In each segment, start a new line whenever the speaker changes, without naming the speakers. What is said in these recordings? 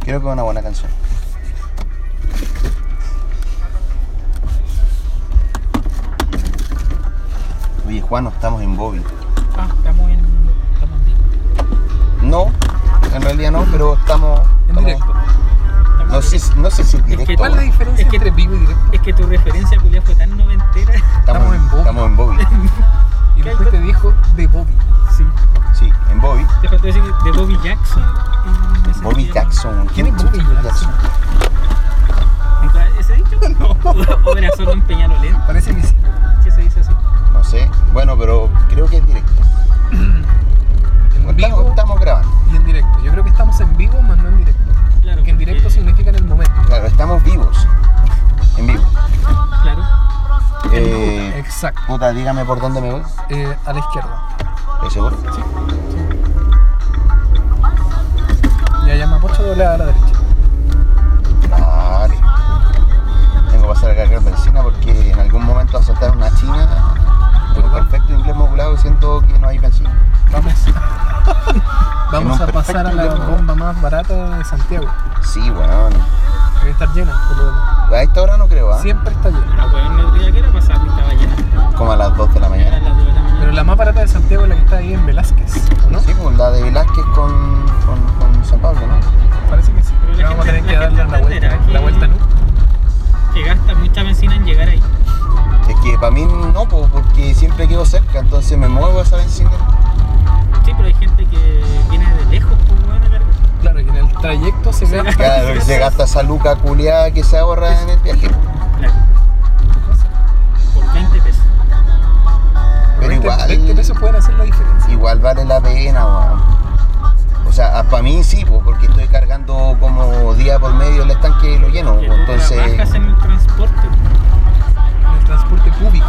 Creo que es una buena canción. Oye, Juan, no estamos en Bobby.
Ah, estamos en. Estamos en vivo.
No, en realidad no, pero estamos.
En
estamos-
directo.
Estamos
No
en
sé,
directo.
si- no sé si es
que
directo.
¿Cuál es la
weón.
diferencia
Es que-
entre vivo y directo?
Es que tu referencia, Julián, fue tan noventera.
estamos en Bobby.
Estamos en Bobby.
Y
¿Qué
después
hay-
te dijo de Bobby.
Sí.
Sí, en Bobby.
Te faltó decir de Bobby Jackson. y ese
Bobby
se llama-
Jackson.
¿Quién es Bobby
chucha
Jackson?
¿Nunca ¿Ese dicho? No. ¿O era solo en Peñalolén?
Parece mi
Sí, se dice así.
No sé. Bueno, pero creo que es directo.
En
Estamos,
vivo
estamos grabando.
y en directo. Yo creo que estamos en vivo, más no en directo.
Claro.
Porque en directo significa en el momento.
Claro, estamos vivos. En vivo.
Claro.
Eh,
Exacto.
puta, dígame por dónde me voy.
Eh, a la izquierda.
¿Estoy seguro?
Y allá en Mapocho doblea a la derecha.
Vale. Tengo que pasar a cargar benzina porque en algún momento asaltaron una china con perfecto inglés modulado y siento que no hay benzina.
Vamos. Vamos
un
a pasar a la
perfecto
bomba más barata de Santiago.
Sí, bueno.
Debe estar llena, por lo demás.
A esta hora no creo, ¿ah?
Siempre está llena.
Ah, bueno, el otro día que era pasado estaba llena.
Como a las 2 de la
Era
mañana.
las 2 de la mañana.
Pero la más barata de Santiago es la que está ahí en Velázquez, ¿o no?
Sí, pues la de Velázquez con, con, con San Pablo, ¿no?
Parece que sí.
Pero la
Pero vamos a
gente-
tener que
la gente
darle una vuelta.
entenderá que-
La vuelta no.
Que gasta mucha benzina en llegar ahí.
Es que para mí no, po, porque siempre quedo cerca, entonces me muevo a esa benzina.
Sí, pero hay gente que viene de lejos, pues, weón, a cargar.
Claro, y en el trayecto se
Se
ve
gasta.
Claro, y se gasta esa luca culeada que se ahorra en el viaje.
Claro. Por 20 pesos.
Pero
20,
igual.
20 pesos pueden hacer la diferencia.
Igual vale la pena, weón. O sea, para mí sí, po, porque estoy cargando como día por medio el estanque y lo lleno.
Que
po.
tú
Entonces,
trabajas en el transporte,
En el transporte público.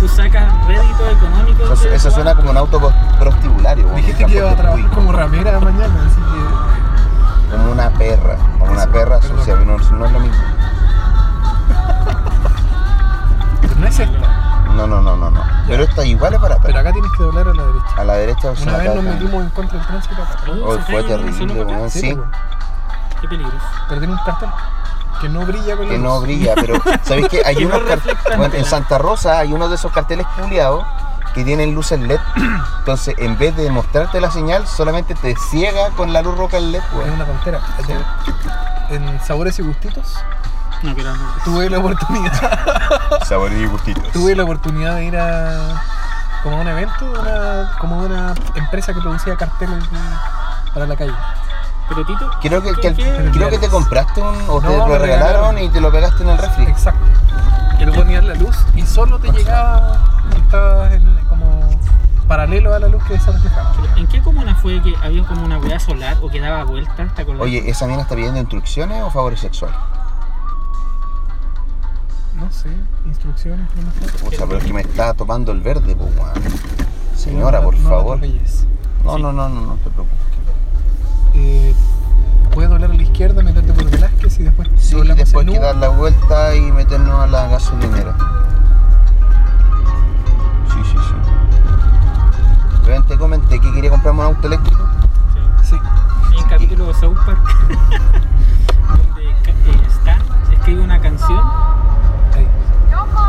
tú sacas rédito económico.
eso,
de-
eso suena como un auto pro- prostibulario, weón,
Dijiste
un
que iba a
transporte
trabajar
público.
como ramera mañana, así que.
Como una perra, como una
Eso,
perra
perdón.
sucia, pero no, no es lo mismo.
Pero no es esta.
No, no, no, no, no. Pero esta igual es barata.
Pero acá tienes que doblar a la derecha.
A la derecha o sea,
Una vez
acá
nos
también.
metimos en contra del tránsito acá.
Oh,
Oh, fue
se cae solo
terrible,
para acá.
weón. Sí.
pues, bueno.
Qué peligroso.
Pero tiene un cartel que no brilla con la
que no
luz.
brilla, pero ¿sabéis que hay
Que no
unos car-
reflectan
bueno, en
nada.
Santa Rosa hay uno de esos carteles culiados que tienen luces LED. Entonces, en vez de mostrarte la señal, solamente te ciega con la luz roja el LED,
Es
weón.
una tontera. En Sabores y Gustitos
No, pero no.
tuve la oportunidad,
Sabores y gustitos.
tuve la oportunidad de ir a como a un evento de una, como de una empresa que producía carteles de- para la calle.
Pero Tito.
Creo que,
¿qué-
que al-
qué-
creo que te compraste un o te
No,
lo regalaron
me regalaron.
y te lo pegaste en el refri.
Exacto. Que tú ponías la luz y solo te llegaba y estabas en- como paralelo a la luz que se reflejaba.
pero ¿En qué comuna fue que había como una weá solar o que daba vueltas? ¿Te acordás?
Oye, ¿esa mina está pidiendo instrucciones o favores sexuales?
No sé, instrucciones, no me acuerdo.
Pucha, pero es que me está topando el verde, po, weón. Señora,
No,
por
no la
favor.
atropelles.
No, no, no, no, no te preocupes.
Eh, puedes doblar a la izquierda, meterte por Velázquez y después
Sí,
doblamos en
después hay que
Nubo.
dar la vuelta y meternos a la gasolinera. Sí, sí, sí. Pero te comenté que quería comprarme un auto eléctrico.
Sí.
Hay un capítulo de South Park donde ca- eh, Stan escribe una canción
Ahí.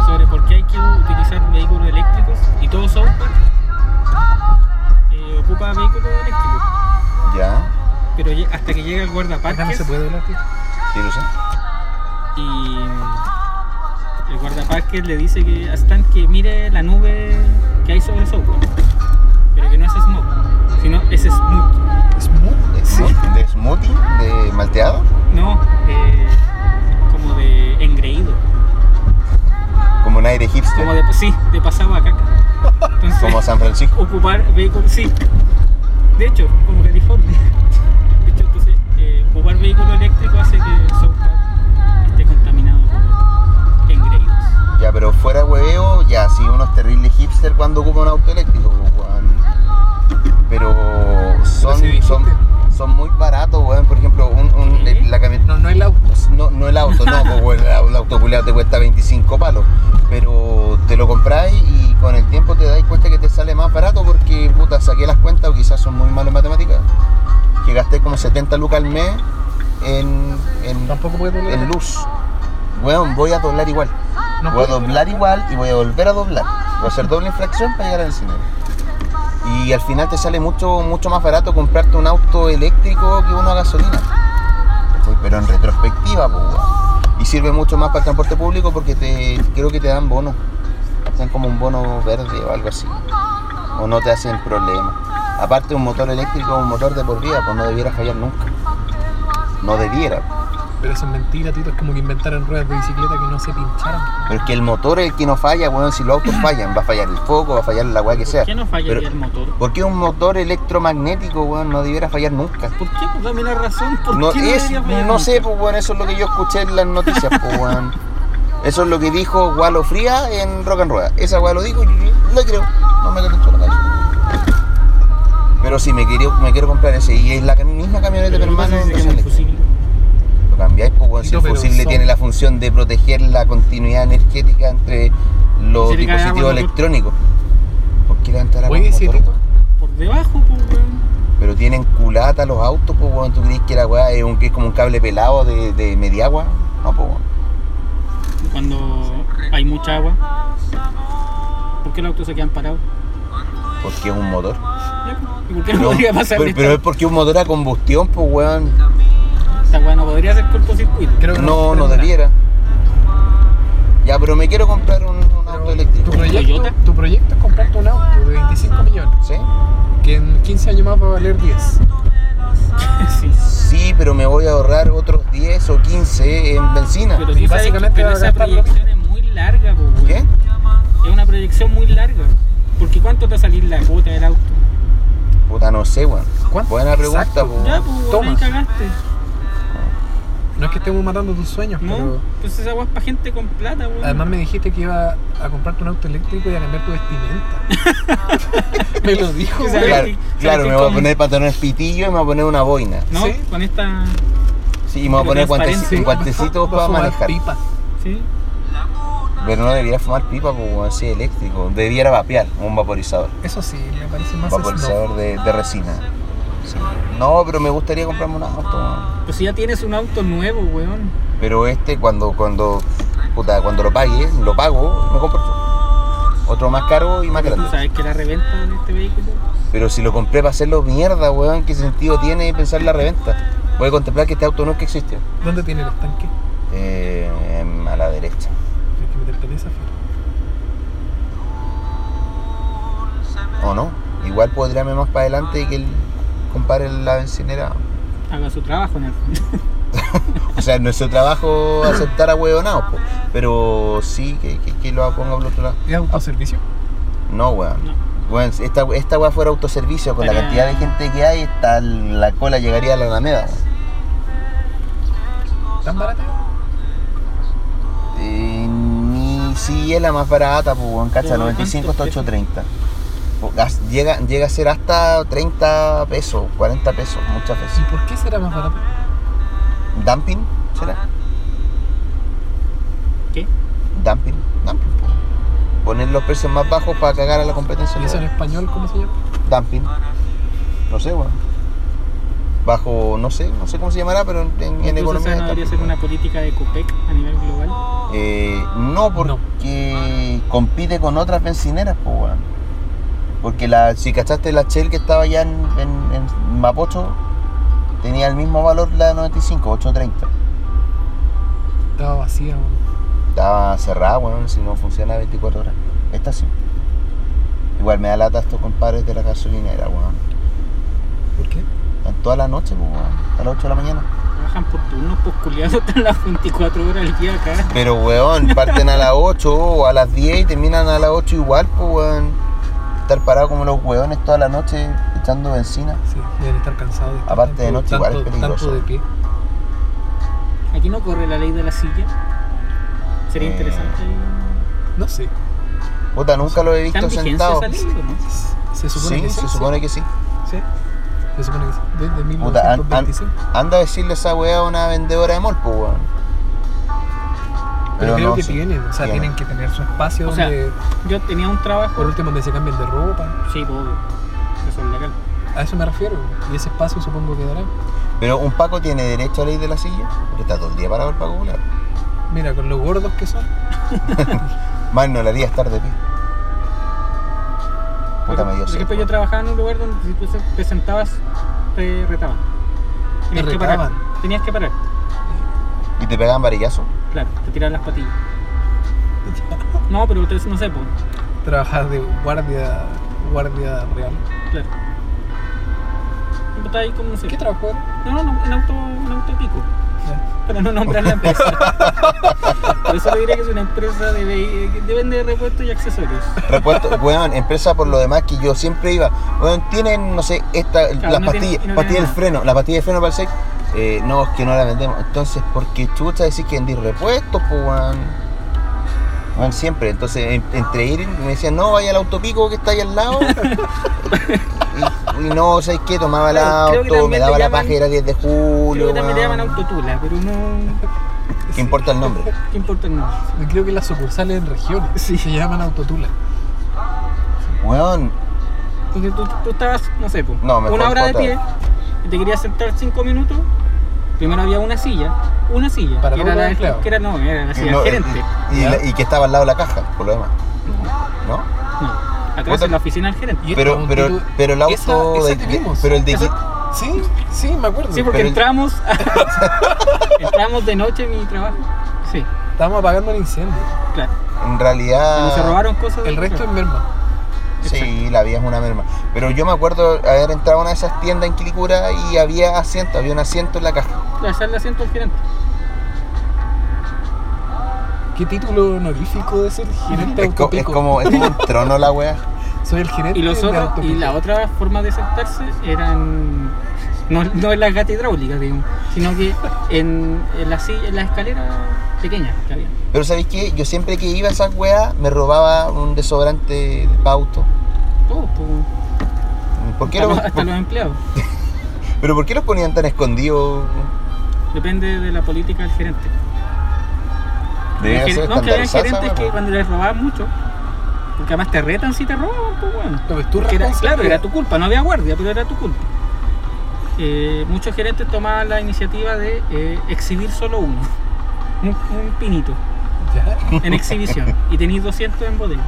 sobre por qué hay que utilizar vehículos eléctricos y todo South Park eh, ocupa vehículos eléctricos.
Ya,
Pero lle- hasta que llega el
Acá no
guardaparques
se puede doblar, tío.
sí lo sé.
y mm, el guardaparques le dice que a Stan que mire la nube que hay sobre South Park, pero que no es smog, sino es smooth.
¿Es muy?
De, smo- de smoothie, de malteado.
No, eh, como de engreído.
Como un aire
Como
hipster.
de, sí, de pasado a caca. Entonces,
Como San Francisco.
ocupar vehículos, sí. De hecho, como California. De hecho, entonces, eh, ocupar vehículo eléctrico hace que South Park esté contaminado por engreídos.
Ya, pero fuera hueveo, ya, sí, uno es terrible hipster cuando ocupa un auto eléctrico, po, weón. Pero son,
si dijiste.
son, son muy baratos, weón. Por ejemplo, un, un-
¿Sí?
la camioneta.
No, no el auto.
pues, No, no el auto, no, pues, bueno, el au- el auto culiao te cuesta 25 palos, pero te lo compráis y con el tiempo te dais cuenta que te sale más barato porque, puta, saqué las cuentas o quizás son muy malos en matemáticas, que gasté gasté como 70 lucas al mes en, en,
Tampoco puede doblar.
en luz. Weón, voy a doblar igual.
No
voy a
puede
doblar igual y voy a volver a doblar. Voy a hacer doble infracción para llegar al cine. Y al final te sale mucho, mucho más barato comprarte un auto eléctrico que uno a gasolina. ¿Cachai? Pero en retrospectiva, pues, weón. Y sirve mucho más para el transporte público porque te, creo que te dan bonos. Te dan como un bono verde o algo así. O no te hacen problema. Aparte, un motor eléctrico es un motor de por vida, pues no debiera fallar nunca. No debiera.
Pero eso es mentira, Tito. Es como que inventaron ruedas de bicicleta que no se pincharon.
Pero es que el motor es el que no falla, weón, si los autos fallan, va a fallar el foco, va a fallar la weá que sea.
¿Por qué no fallaría
Pero-
el motor?
¿Por qué un motor electromagnético, weón, no debiera fallar nunca?
¿Por qué? Pues dame la razón. ¿Por
No,
qué no
es-
debería fallar
no sé,
nunca?
pues weón, eso es lo que yo escuché en las noticias, pues weón. Eso es lo que dijo Gualo Fría en Rock and Rueda. Esa weá lo dijo y yo le creo. No me creo en toda la calle. Pero sí, me quiero, me quiero comprar ese. Y es la cam- misma camioneta,
Pero
pero hermano.
no sé si
no
quema un
sale.
fusible.
Lo cambiáis, pues, weón, si
Tito,
el
pero
fusible
son-
tiene la función de proteger la continuidad energética entre los
Se le cae agua al
dispositivos
motor.
electrónicos. ¿Por qué levantar a
Oye, sí, Tito.
Por debajo, pues, weón.
Pero tienen culata los autos, pues, weón. ¿Tú crees que la weá es, un- que es como un cable pelado de, de media agua? No, pues, weón.
Cuando hay mucha agua. ¿Por qué los autos se quedan parados?
Porque es un motor.
Ya, pues. ¿Y por qué no
Pero,
podría pasar
pero-
esta-
pero es porque es un motor a combustión, pues, weón.
esta weá? No podría ser cortocircuito.
Creo que
No, no
prenden nada.
debiera. Ya, pero me quiero comprar un, un
Pero
auto eléctrico.
Tu proyecto,
Toyota?
tu proyecto es comprarte un auto de 25 millones,
¿Sí?
que en 15 años más va a valer 10.
sí.
Sí, pero me voy a ahorrar otros 10 o 15 en benzina.
Pero tú sabes que
Básicamente
pero
va a
esa
gastar lo
proyección es muy larga, pues, weón.
¿Qué?
Es una proyección muy larga. Porque ¿cuánto te va a salir la cuota del auto?
Puta, no sé, weón.
¿Cuánto?
Buena pregunta,
Exacto.
po.
Ya, pues, weón,
Toma.
ahí cagaste.
No es que estemos matando tus sueños,
No,
pero
pues esa weá es para gente con plata, weón.
además me dijiste que iba a comprarte un auto eléctrico y a cambiar tu vestimenta. me lo dijo,
O sea,
güey.
Claro,
¿Sabes qué?
claro,
¿Sabes
me
qué?
voy a
Con-
poner pantalones pitillo y me voy a poner una boina.
¿No?
sí.
Con esta.
Sí, y me voy a
Pero
poner
transparente.
guantecitos
Va a
para
fumar
manejar.
pipa.
Sí.
Pero no debería fumar pipa como así eléctrico. Debiera vapear un vaporizador.
Eso sí, le parece más snob.
vaporizador de, de resina. Sí. No, pero me gustaría comprarme un auto. weón.
Pues si ya tienes un auto nuevo, weón.
Pero este cuando cuando puta, cuando lo pague, lo pago, me compro otro. Otro más caro y más
Pero tú
grande.
sabes que la reventa de este vehículo.
Pero si lo compré para hacerlo mierda, weón, ¿qué sentido tiene pensar en la reventa? Voy a contemplar que este auto nunca existió.
¿Dónde tiene el estanque?
Eh, em, a la derecha.
Tienes que meterte en esa fila.
¿O no? Igual puedo tirarme más para adelante y que él compare la bencinera.
Haga su trabajo en el fondo.
O sea, no es su trabajo aceptar a huevonados, po, pero sí que, que, que lo ponga por otro lado.
¿Es autoservicio?
No, weón.
No.
Weón, si esta, esta weá fuera autoservicio, con la
Estaría-
cantidad de gente que hay, está, la cola llegaría a la Alameda. weón.
¿Tan barato?
Eh, ni si es la más barata, pues, weón, cacha,
Pero,
95 hasta
¿cuánto?
830. Po, gas- Llega, llega a ser hasta 30 pesos, 40 pesos, muchas veces.
¿Y por qué será más barato?
¿Dumping? ¿Será?
¿Qué?
Dumping, dumping. po. Poner los precios más bajos para cagar a la competencia.
¿Y eso en español cómo se llama?
Dumping. No sé, weón. Bajo, no sé, no sé cómo se llamará, pero en, en
Entonces,
economía. es
esa no debería
dumping,
ser una política de COPEC a nivel global.
weón. Eh, no, porque compite con otras bencineras, pues, weón. Porque la, si cachaste la Shell que estaba allá en, en- en Mapocho, tenía el mismo valor la 95, 830.
Estaba vacía, weón.
Estaba cerrada, weón, si no funciona 24 horas. Esta sí. Igual me da lata estos compadres de la gasolinera, weón.
¿Por qué?
Están toda la noche, pues, weón. Hasta las 8 de la mañana.
Trabajan por turnos, pues culiados están las 24 horas al día acá.
Pero, weón, parten a las 8 o a las 10 y terminan a las 8 igual, pues, weón. Estar parados como los weones toda la noche echando benzina.
Sí, deben estar cansados. estar
Aparte de
tanto-
noche igual es
tanto-
peligroso.
Tanto de pie.
Aquí no corre la ley de la silla. Sería
Eh,
interesante.
No sé.
Puta, nunca lo he
¿Está
visto
en vigencia
sentado.
esa ley o no?
Se supone
Sí,
que sí.
se supone que sí.
Sí. Se supone que sí. Desde
Puta, an- an-
1925.
Anda a decirle esa weá a una vendedora de mol, pues, weón.
Pero creo
no,
que
sí.
tienen, o sea,
Tienen.
tienen que tener su espacio
O sea,
donde,
Yo tenía un
por
trabajo.
último, donde se cambien de ropa.
Sí, pues, obvio. Eso es legal.
A eso me refiero. Y ese espacio supongo que dará.
Pero un Paco tiene derecho a la ley de la silla, porque está todo el día parado el Paco Goulart.
Mira, con lo gordos que son.
Más no le haría estar de pie. Puta
Porque,
me dio
Por
sed,
ejemplo, yo
weón.
trabajaba en un lugar donde si tú se- te sentabas, te retaban. Tenías que parar.
retaban.
Tenías que parar.
Y te pegaban varillazo.
Claro, te tiraban las patillas. No, pero ustedes no sé, pues.
Trabajar de guardia guardia real.
Claro. Siempre Está ahí como un
¿Qué
cerco.
trabajo era?
No, no, no, un auto, un auto pico.
Ya.
Para no nombrar la empresa. Por eso te diré que es una empresa de vehi- que te vende repuestos y accesorios.
Repuesto, weón, empresa por lo demás que yo siempre iba. Weón, tienen, no sé, esta, las
no
pastillas,
tiene- no
pastillas
tiene
del
nada.
freno, la pastilla del freno para el sex. Eh, no, es que no la vendemos. Entonces, porque chucha decís que vendí repuestos, pues, weón. Weón, siempre. Entonces, en- entre ir, me decían, no, vaya al autopico que está ahí al lado. y, y no, ¿sabes qué? Tomaba el
Claro, creo que
auto, me
también
daba
te
la
llaman-
paja, era 10 de
Creo
julio.
que también le llaman
weón.
autotula, pero no.
¿Qué importa el nombre?
¿Qué importa el nombre?
Creo que las sucursales en regiones se llaman autotula.
Weón,
Entonces tú, tú estabas, no sé, po,
No, mejor
una hora de
otra
pie y te querías sentar cinco minutos. Primero había una silla, una silla,
Para
que
todos
era la
los empleados.
que era no, era la
Y,
silla
no- eh,
del gerente.
y- y
¿Ya?
la- y que estaba al lado de la caja, por lo demás. ¿No?
No, acá
Otra-
es la oficina del gerente.
Y esta
Pero, pero,
multitud-
pero el
esa-
auto
esa
de-
tenemos.
pero el de
Esa-
Sí, sí, me acuerdo.
Sí, porque
pero el-
entramos, entramos de noche en mi trabajo. Sí,
Estábamos apagando el incendio.
en
claro.
Ah.
Cuando se
realidad
robaron cosas.
El resto es merma.
sí la vida es una merma pero yo me acuerdo haber entrado a una de esas tiendas en Quilicura y había asiento había un asiento en la caja
La sala asiento del gerente.
Qué título honorífico de ser gerente
es, co- es
autopico.
como es como un trono la wea
Soy Este el gerente
Y, los
de
otros,
autopico.
y la otra forma de sentarse eran. No, no en las gatas hidráulicas, digamos, sino que en, en la, silla, en la escalera pequeña que había.
pero sabéis qué? yo siempre que iba a esas weas me robaba un desodorante de pauto
Todos, pues.
¿Por qué
hasta,
los-
los, hasta
por-
los empleados.
pero por qué los ponían tan escondidos
Depende de la política del gerente.
Debería
El
ser
ger- no, que había
estandarizada esa
gerentes
wea,
que
po.
cuando les robaban mucho, porque además te retan si te roban, pues bueno.
No, es tu
Que era-
responsabilidad.
claro, era tu culpa, no había guardia, pero era tu culpa. Eh, muchos gerentes tomaban la iniciativa de eh, exhibir solo uno, un, un pinito,
Ya.
en exhibición, y tenéis 200 en bodega.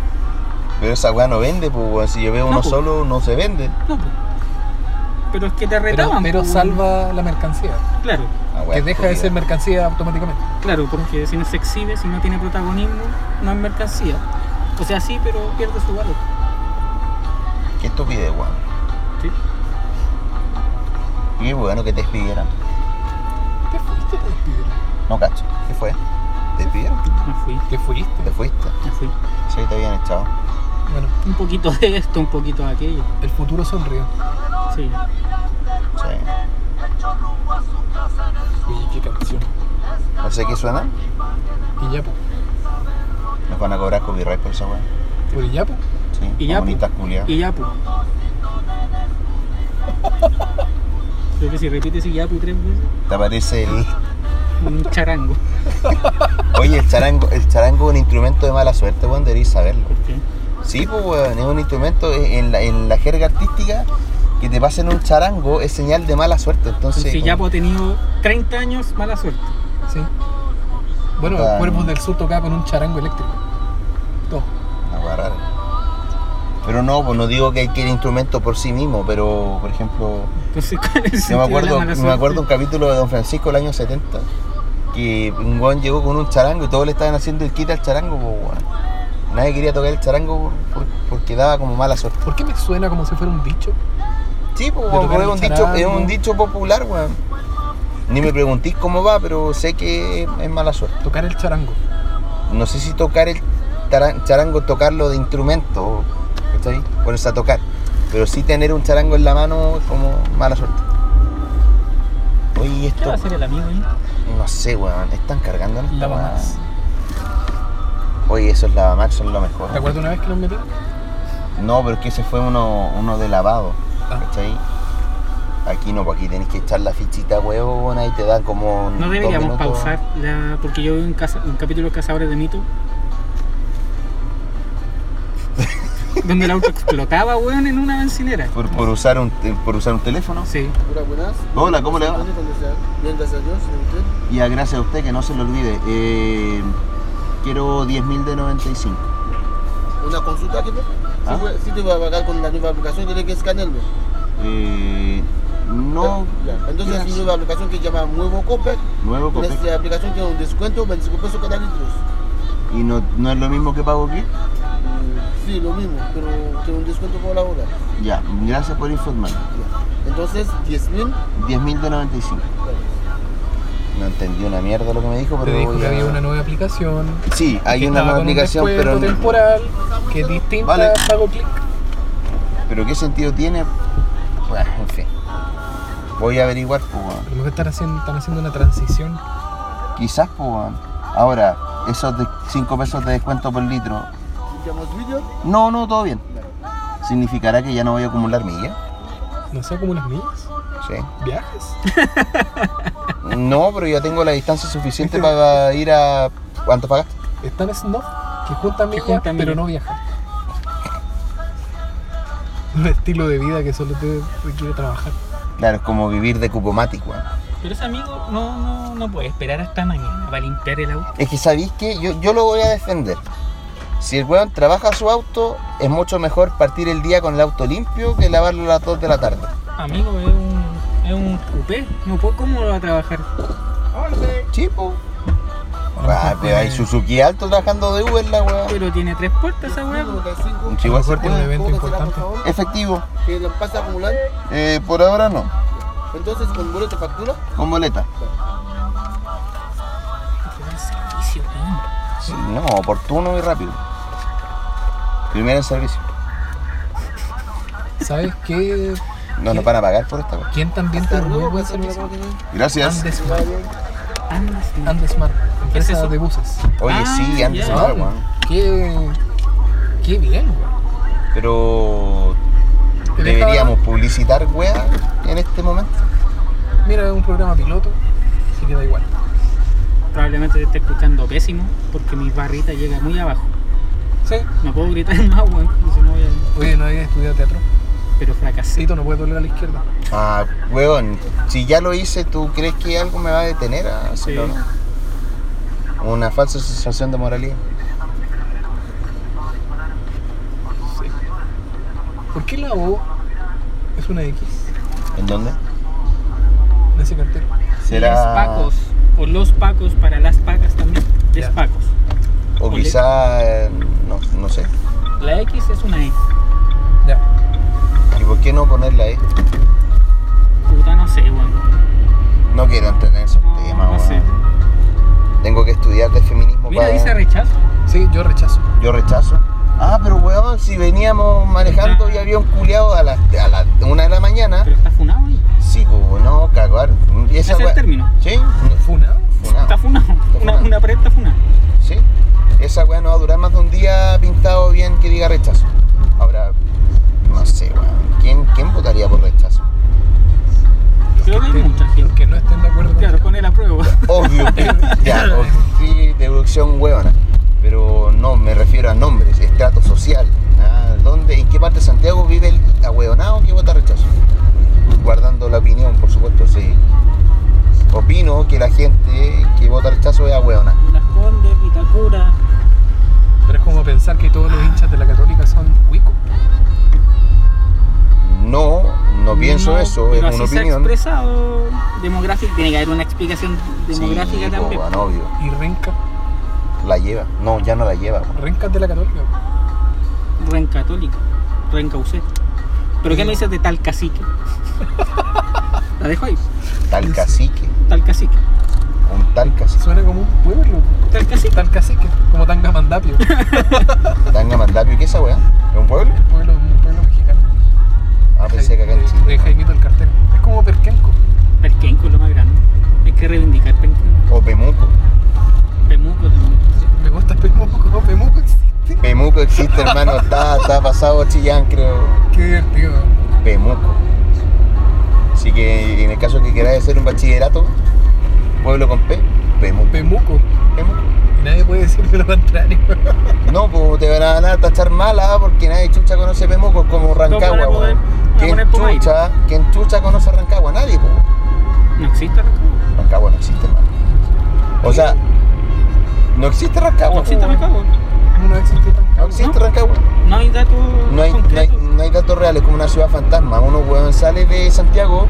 pero esa wea no vende pues weón. si yo veo
No,
uno
po.
solo no se vende
No, pues. Pero es que te
Pero,
retaban.
pero
pues,
salva la mercancía.
Claro,
Ah, wea
que deja de
estúpida.
ser mercancía automáticamente.
claro, porque si no se exhibe, si no tiene protagonismo, no es mercancía. O sea, sí, pero pierde su valor.
qué estupidez weón
Sí.
y bueno que te despidieran
Te fuiste, te despidieron.
No cacho. ¿Qué fue? ¿Te despidieron?
Me fui,
Te fuiste.
¿Te fuiste?
me fui.
Sí, te habían echado.
Bueno,
Un poquito de esto, un poquito de aquello.
el futuro sonríe.
Sí.
Sí.
Oye, qué canción.
No sé qué suena.
Y ya, pues. po.
Nos van a cobrar copyright por esa weá.
Por y ya, pues. po.
Sí.
Y ya, pues,
Bonitas culiadas.
Y Yapu. Creo que si repites y Yapu pues, tres veces,
Te aparece el.
un charango.
Oye, el charango, el charango es un instrumento de mala suerte, weón, deberías saberlo.
¿Por qué?
Sí, pues weón, es un instrumento eh, en la, en la jerga artística que te pasen un charango es señal de mala suerte. Entonces.
Entonces
como-
Yapu pues, ha tenido 30 años mala suerte.
Sí. Bueno,
Tan-
Cuerpos del Sur tocaba con un charango eléctrico. Todo.
Una weá rara. Pero no, pues no digo que hay que el instrumento por sí mismo, pero por ejemplo.
Entonces, ¿cuál es
Yo me
el sentido de la
acuerdo,
mala
me
suerte?
acuerdo un capítulo de Don Francisco del año 70 que un weón llegó con un charango y todos le estaban haciendo el quita al charango, po, weón. Nadie quería tocar el charango por- porque daba como mala suerte.
¿Por qué me suena como si fuera un dicho?
Sí, po,
De
weón,
tocar
porque es
el
un dicho, es
charango.
un dicho popular, weón. Ni me preguntís cómo va, pero sé que es mala suerte.
Tocar el charango.
No sé si tocar el taran- charango, tocarlo de instrumento, ¿cachai? Ponerse a tocar. Pero sí tener un charango en la mano es como mala suerte. Oye,
¿Qué va
esto.
a hacer el amigo ahí?
No sé, weón. Están cargando en esta
La mamás.
weá. Oye, esos lavamax son lo mejor.
¿Te acuerdas una vez que los metí?
No, pero es que ese fue uno, uno de lavado.
Ah.
¿Cachai? Aquí no, pues aquí tenés que echar la fichita huevona y te dan como.
No
dos
deberíamos
minutos.
pausar, la, porque yo vi un, caza- un capítulo de Cazadores de Mito. donde el auto explotaba, weón, en una bencinera.
Por, por usar, un, te- por usar un teléfono.
Sí.
Hola, buenas.
Hola, ¿cómo le va?
Antonio, cuando sea. Bien, gracias a Dios. ¿Y usted?
Y a gracias a usted que no se lo olvide. eh, quiero 10.000 de 95.
Una consulta, jefe.
Ah.
Si, fue- si te voy a pagar con la nueva aplicación, tiene que escanearlo.
Eh, no.
Ya. Entonces,
Gracias.
mi nueva aplicación que se llama Nuevo Copec.
Nuevo
En
Copec.
esta aplicación tiene un descuento 25 pesos cada litro.
¿Y no, no es lo mismo que pago aquí?
Mm, Sí, lo mismo, pero tiene un descuento por la hora.
Ya, gracias por informar.
Ya. Entonces, 10 mil.
10.000 de 95. No entendí una mierda lo que me dijo,
Te
pero
dijo
voy
que
a-
había una nueva aplicación.
Sí, hay
que
una
estaba
nueva
con un
aplicación,
descuento
pero,
temporal que es distinta
Vale.
a Pago Click.
pero ¿qué sentido tiene? Bueno, en fin. Voy a averiguar, pues, weón.
A lo mejor están haciendo, están haciendo una transición.
Quizás, pues, weón. Ahora, esos de 5 pesos de descuento por litro.
¿Limpiamos vídeo?
No, no, todo bien. ¿Significará que ya no voy a acumular millas?
No sé, como unas millas.
Sí.
Viajes.
No, pero ya tengo la distancia suficiente para ir a Antofagasta.
Están Snuff que juntan millas,
juntan
pero
millas.
no viajan. Un estilo de vida que solo te requiere trabajar.
Claro, es como vivir de cupomatic, weón.
Pero ese amigo no, no, no puede esperar hasta mañana para limpiar el auto.
Es que sabéis que yo, yo lo voy a defender. Si el weón trabaja su auto, es mucho mejor partir el día con el auto limpio que lavarlo a las 2 de la tarde.
Amigo, es un, es un coupé. No puedo, ¿Cómo lo va a trabajar?
Chipo.
A
Ah,
lo mejor
pero hay
tiene-
Suzuki alto trabajando de Uber la weón.
Pero tiene tres puertas esa weá. po.
95.
Un chivo
A lo mejor
así.
tiene un evento
Cóbrasela, por
importante.
favor,
Efectivo.
Que la pasa acumulando.
Eh, por ahora no.
Entonces, con boleto factura.
Con boleta.
Qué buen servicio, weón.
Sí, no, oportuno y rápido. Primero en servicio.
¿Sabes qué?
No nos van a pagar por esta weón.
¿Quién también te
Hasta
muy
luego,
buen
pues, señora,
servicio?
¿cómo tiene?
Gracias.
Andesmart.
Andas, no.
Andesmart,
¿Qué es
empresa
eso?
de buses.
Oye, sí,
Ah,
antes
ya.
no, weón.
Qué, qué bien, weón.
Pero deberíamos publicitar weá en este momento.
Mira, es un programa piloto, así que da igual.
Probablemente te esté escuchando pésimo porque mi barrita llega muy abajo.
Sí.
No puedo gritar más, weón, porque si no voy a-
Oye, no había estudiado teatro.
Pero fracasé.
Tito, no puede doler a la izquierda.
Ah, weón, si ya lo hice, ¿tú crees que algo me va a detener a hacerlo?
Sí.
no? Una falsa sensación de moralidad.
¿Por qué la O es una X
¿En dónde?
en ese cartel?
Los pacos. O los pacos para las pacas también. Es
Ya.
pacos.
O quizá, eh, no, no sé.
La X es una E.
Ya.
¿Y por qué no ponerla ahí?
Puta, no sé, weón.
No quiero entrar en esos
No,
temas,
no
weón.
sé.
Tengo que estudiar de feminismo
Mira,
para-
dice rechazo.
Sí, yo rechazo.
Yo rechazo. Ah, pero weón, si veníamos manejando y había un culiado a las a las una de la mañana.
Pero está funado ahí.
Sí, como no, cagar. Y
Ese
esa
es el
weá-
término.
Sí, no,
¿Funado?
funado.
Está funado. Una,
funado.
una pared está funada.
¿Sí? Esa weá no va a durar más de un día pintado bien que diga rechazo. Ahora, no sé, weón. ¿Quién, quién votaría por rechazo?
Creo que hay mucha
Los
gente.
que no estén de acuerdo con
Claro, con el apruebo.
Obvio, ya, obvio, sí, deducción huevona. Pero no, me refiero a nombres, estrato social. Ah, ¿Dónde, ¿En qué parte de Santiago vive el ahueonado que vota rechazo? Guardando la opinión, por supuesto, sí. Opino que la gente que vota rechazo es ahueonada.
Las Condes, Vitacura.
Pero es como pensar que todos los hinchas de la Católica son Wico.
No, no pienso
No,
eso, es
pero
una
así se ha
opinión.
expresado demográfica. Tiene que haber una explicación
Sí, pues,
demográfica
po,
también.
weón, obvio.
Y Renca,
La lleva. No, ya no la lleva. weón.
Renca es de la Católica.
Rencatólica. Rencaucé. ¿Pero qué me dices de tal cacique? La dejo ahí.
pues. Tal cacique.
Tal cacique.
Un tal cacique.
Suena como un pueblo,
Tal cacique.
tal cacique, como Tangamandapio,
Tangamandapio, ¿qué es esa weá? ¿Es un pueblo?
un pueblo, un pueblo mexicano.
Ah, pensé que acá en
de, de
Chile.
Jaimito el Cartero. Es como Perquenco.
Perquenco es lo más grande. Hay que reivindicar Perquenco.
O Pemuco.
Pemuco también.
Me gusta Pemuco, Pemuco existe.
Pemuco existe, hermano. Está, está pasado Chillán, creo.
Qué divertido.
Pemuco. Así que en el caso que queráis hacer un bachillerato, pueblo con P, Pemuco.
Pemuco.
Pemuco.
En nadie puede decirme lo contrario.
No, pues te van a, van a tachar mala ah, porque nadie chucha conoce Pemuco como
van a
Rancagua,
poder-
weón.
van a
¿Quién
poner Pumaire.
chucha, ¿Quién chucha conoce Rancagua? Nadie, pues.
No existe Rancagua.
Rancagua no existe, hermano. O sea, no existe Rancagua. po,
No existe
weón.
Rancagua.
No, no existe
No
tampoco.
existe
¿No?
Rancagua.
No hay datos
No hay, no, hay,
concretos.
no hay datos reales, como una ciudad fantasma. Uno weón sale de Santiago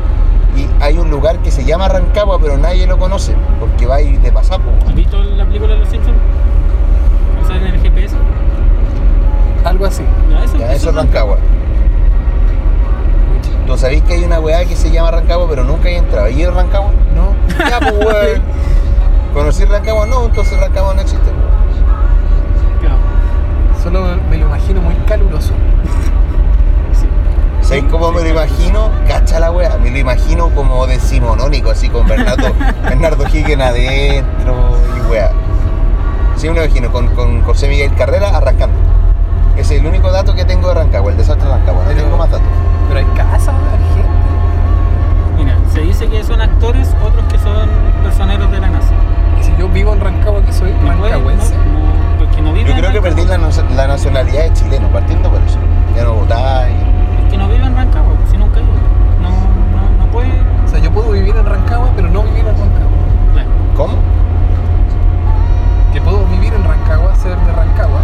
y hay un lugar que se llama Rancagua, pero nadie lo conoce, porque va ahí de pasapo.
¿Has visto la película de los Simpsons? O sea, en el GPS.
Algo así.
Ya, eso,
Ya, eso es Rancagua. ¿Tú sabéis que hay una weá que se llama Rancagua, pero nunca he entrado? ¿Y es Rancagua?
No.
Ya, pues, weón. ¿Conocí Rancagua? No, entonces Rancagua no existe. weón.
Claro,
Solo me lo imagino muy caluroso.
sí.
¿Sabéis cómo me lo imagino? Cacha la weá. Me lo imagino como decimonónico, así con Bernardo, Bernardo Higgins adentro y weá. Sí, me lo imagino, con, con José Miguel Carrera arrancando. Ese es el único dato que tengo de Rancagua, el desastre de Rancagua. No
Pero-
tengo más datos.
Pero hay casas, hay gente.
Mira, se dice que son actores, otros que son personeros de la NASA.
Y si yo vivo en Rancagua, que soy
No puede-
rancagüense.
no- no, porque no viven
Yo
en
creo que
Rancagua.
perdí la, nacio- la nacionalidad de chileno, partiendo por eso. Ya no votáis.
Es que no vive en Rancagua, pues, si nunca iba. No, no, no puede.
O sea, yo puedo vivir en Rancagua, pero no vivir en Rancagua.
Claro,
¿Cómo?
Que puedo vivir en Rancagua, ser de Rancagua,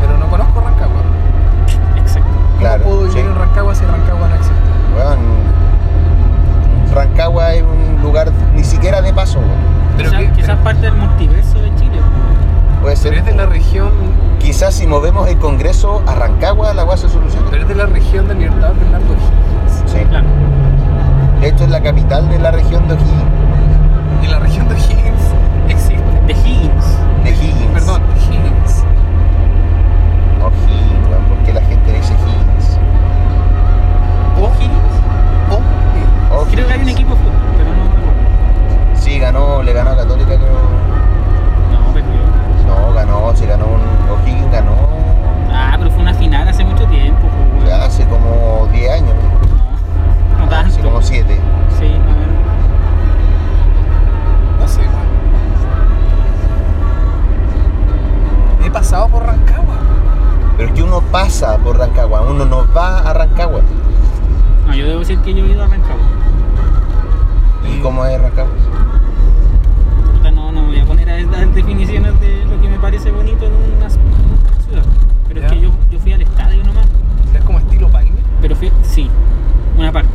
pero no conozco Rancagua. ¿Cómo
exacto.
Claro.
puedo
sí.
vivir en Rancagua si Rancagua no existe?
Weón, Rancagua es un lugar ni siquiera de paso, weón.
Pero,
quizás
que-
quizás
pero-
parte del multiverso de Chile. pues.
Puede
pero es de
ser.
la región,
Quizás si movemos el Congreso a Rancagua, la weá se soluciona.
pero es de la región de Libertad Bernardo Higgins.
Sí.
Claro.
De hecho, es la capital de la región de O'Higgins.
Y la región de Higgins existe.
De Higgins.
De Higgins.
Perdón, Higgins.
O'Higgins, weón, ¿por qué la gente le dice Higgins?
O,
Higgins.
o,
O'Higgins.
Creo que hay un equipo de fútbol, pero no. recuerdo.
Sí, ganó, le ganó a Católica, creo.
No, perdió.
No, ganó, sí, ganó un. O'Higgins ganó
Ah, pero fue una final hace mucho tiempo. pues,
ya
weón.
hace como 10 años,
No, no tanto.
hace como 7.
Sí, a ver.
no sé, weón. He pasado por Rancagua.
Pero es que uno pasa por Rancagua, uno no va a Rancagua.
No, yo debo decir que yo he ido a Rancagua. Mm.
¿Y cómo es Rancagua?
Puta, no, no me voy a poner a estas definiciones de lo que me parece bonito en una s- una ciudad. Pero es
Ya.
que yo, yo fui al estadio nomás.
Es como estilo Palmer.
Pero fui, sí, una parte.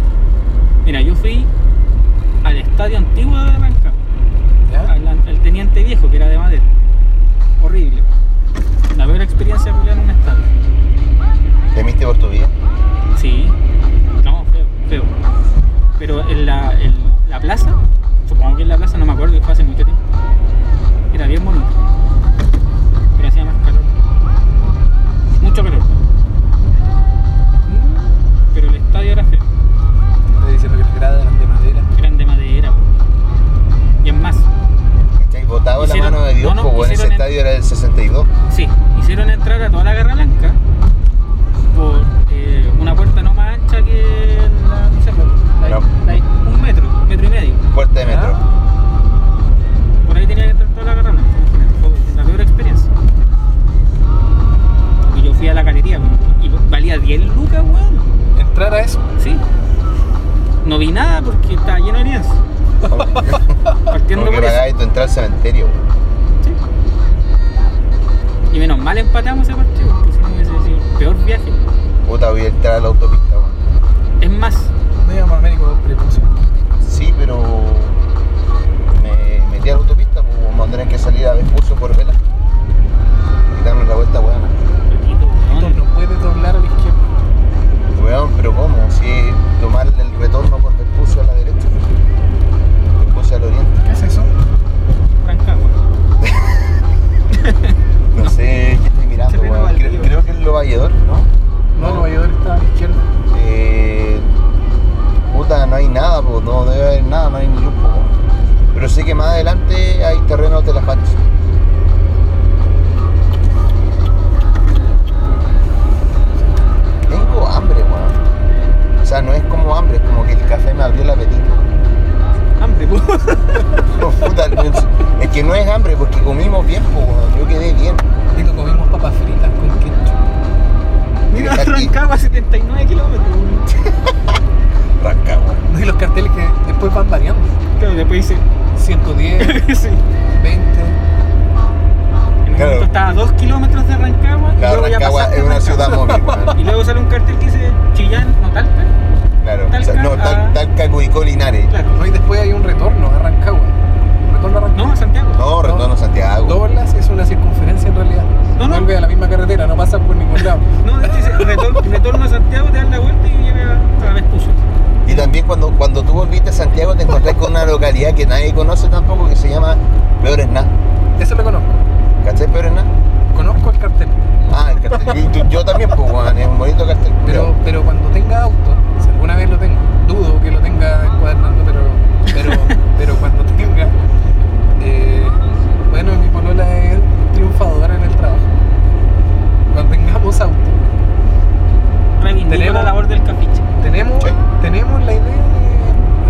Mira, yo fui al estadio antiguo de Rancagua,
¿Ya?
al, al teniente viejo que era de madera. Horrible. La peor experiencia de en un estadio.
¿Temiste por tu vida?
Sí, no, feo, feo. Pero en la, en la plaza, supongo que en la plaza, no me acuerdo, que fue hace mucho tiempo. Era bien bonito. Pero hacía más calor. Mucho calor. Pero el estadio era feo.
Estoy diciendo que las gradas eran de madera.
Eran de madera. po. Y es más,
¿Cachai? Botado en la
Hicieron-
mano de Dios,
no,
po,
no,
weón. ese
hicieron en-
estadio era del 62.
sí, hicieron entrar a toda la Garra Blanca por eh, una puerta no más ancha que la, no sé, po, la-
No.
la- un metro, metro y medio.
Puerta
Ah.
de metro.
Por ahí tenía que entrar toda la garra blanca, imagínate, fue la peor experiencia. Y yo fui a la galería weón, y valía 10 lucas, weón.
Entrar a eso.
Sí. No vi nada porque estaba lleno de lienzos. Partiendo
Como que
por eso.
pagáis tu entrada al cementerio, weón.
Sí. Y menos mal empatamos ese partido, porque si no hubiese sido el peor viaje.
Puta, voy a entrar a la autopista, weón.
Es más,
No llamo a médico prepucio.
Sí, pero. Me metí a la autopista, pues vamos a tener que salir a Vespucio por vela. Y darnos la vuelta, weón.
Petito, weón,
No puedes doblar a la izquierda.
Weón, pero ¿cómo? Si es tomar el retorno por Vespucio a la derecha. Vespucio al oriente.
¿Qué es eso?
Rancagua.
No, sé qué estoy mirando,
Terreno
weón. Creo,
baldío.
creo que es lo valledor, ¿no?
No, el vallador está a la izquierda.
Eh, puta, no hay nada, po, no debe haber nada, no hay ni luz, po. Pero sé que más adelante hay terrenos de la facha. Tengo hambre, weón. O sea, no es como hambre, es como que el café me abrió el apetito.
Hambre, po.
puta, no, es que no es hambre porque comimos bien, po, weón. Yo quedé bien.
Digo, comimos papas fritas con ketchup.
Mira,
Aquí.
Rancagua 79 kilómetros.
Rasca, weón.
No, Y los carteles que después van variando.
Claro, después dice.
110,
sí.
20.
En
Claro.
un momento estaba a 2 kilómetros de Rancagua. y
Claro,
luego ya
Rancagua
pasaste
es una
Rancagua.
ciudad móvil, weón.
Y luego sale un cartel que dice Chillán, no Talca.
Claro. O sea,
Talca
no,
a-
tal, Talca, Curicó, Linares.
Claro.
No, y después hay un retorno a Rancagua. Retorno a Rancagua.
No, a Santiago.
No, retorno a Santiago.
Doblas es una circunferencia en realidad.
No, no.
Vuelve a la misma carretera, no pasa por ningún lado.
No, de hecho dice retor- retorno a Santiago, te dan la vuelta y llega a Vespucio.
Y también cuando, cuando tú volviste a Santiago te encontrás con una localidad que nadie conoce tampoco que se llama Peor es nada.
Eso lo conozco.
¿Cachai Peor es nada?
Conozco el cartel.
Ah, el cartel. Y tú- yo también, pues, weón, es un bonito cartel.
Pero, pero cuando tenga auto, si alguna vez lo tengo, dudo que lo tenga encuadernando, pero, pero, pero cuando tenga. eh, bueno, mi polola es triunfadora en el trabajo. Cuando tengamos auto,
Reivindico
Tenemos-
la labor del cafiche.
tenemos,
Sí.
tenemos la idea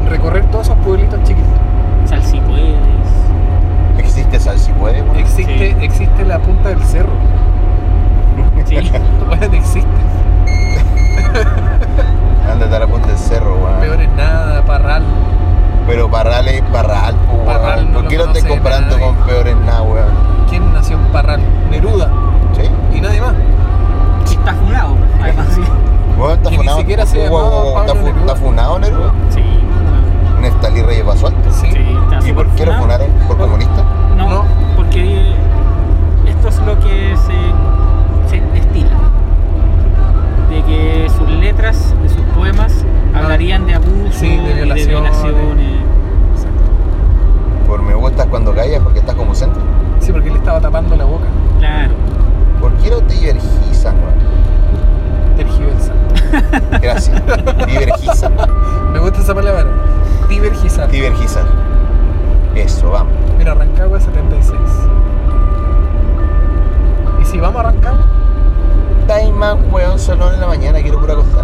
de recorrer todos esos pueblitos chiquitos.
Salsipuedes.
Existe sal si puede, weón.
Existe,
Sí.
existe la punta del cerro.
Sí.
Bueno, existe.
Ándate a la punta del cerro, weón.
Peor es nada, parral.
Pero Parral es Parral, po, weón.
Parral no
¿Por
lo
qué lo estás
conoce
comparando
nadie.
con Peor es nada, weón?
¿Quién nació en parral? Neruda.
¿Sí?
Y nadie más.
Está funado, además, sí.
Weón, está
Que ni
funado.
siquiera se
Weón,
llamaba
weón, weón,
Pablo
está fu-
Neruda.
está funado, Neruda.
Sí,
Nestalí Reyes pasó antes.
Sí.
está
¿Y por
súper
qué lo
funado.
funaron? ¿Por comunista?
No,
No.
porque eh, esto es lo que se, se estila. De que sus letras, de sus poemas,
Ah.
hablarían de abuso,
Sí, de
y
violaciones.
violaciones.
Por me gustas cuando callas porque estás como centro.
Sí, porque le estaba tapando la boca.
Claro.
¿Por qué lo divergizan, weón?
Tergiversar.
Gracias. Divergizan.
Me gusta esa palabra. Divergizar.
Divergizar. Eso, vamos.
Mira, Rancagua 76. Y si vamos a Rancagua,
Time más, weón, solo en la mañana, quiero pura acostar.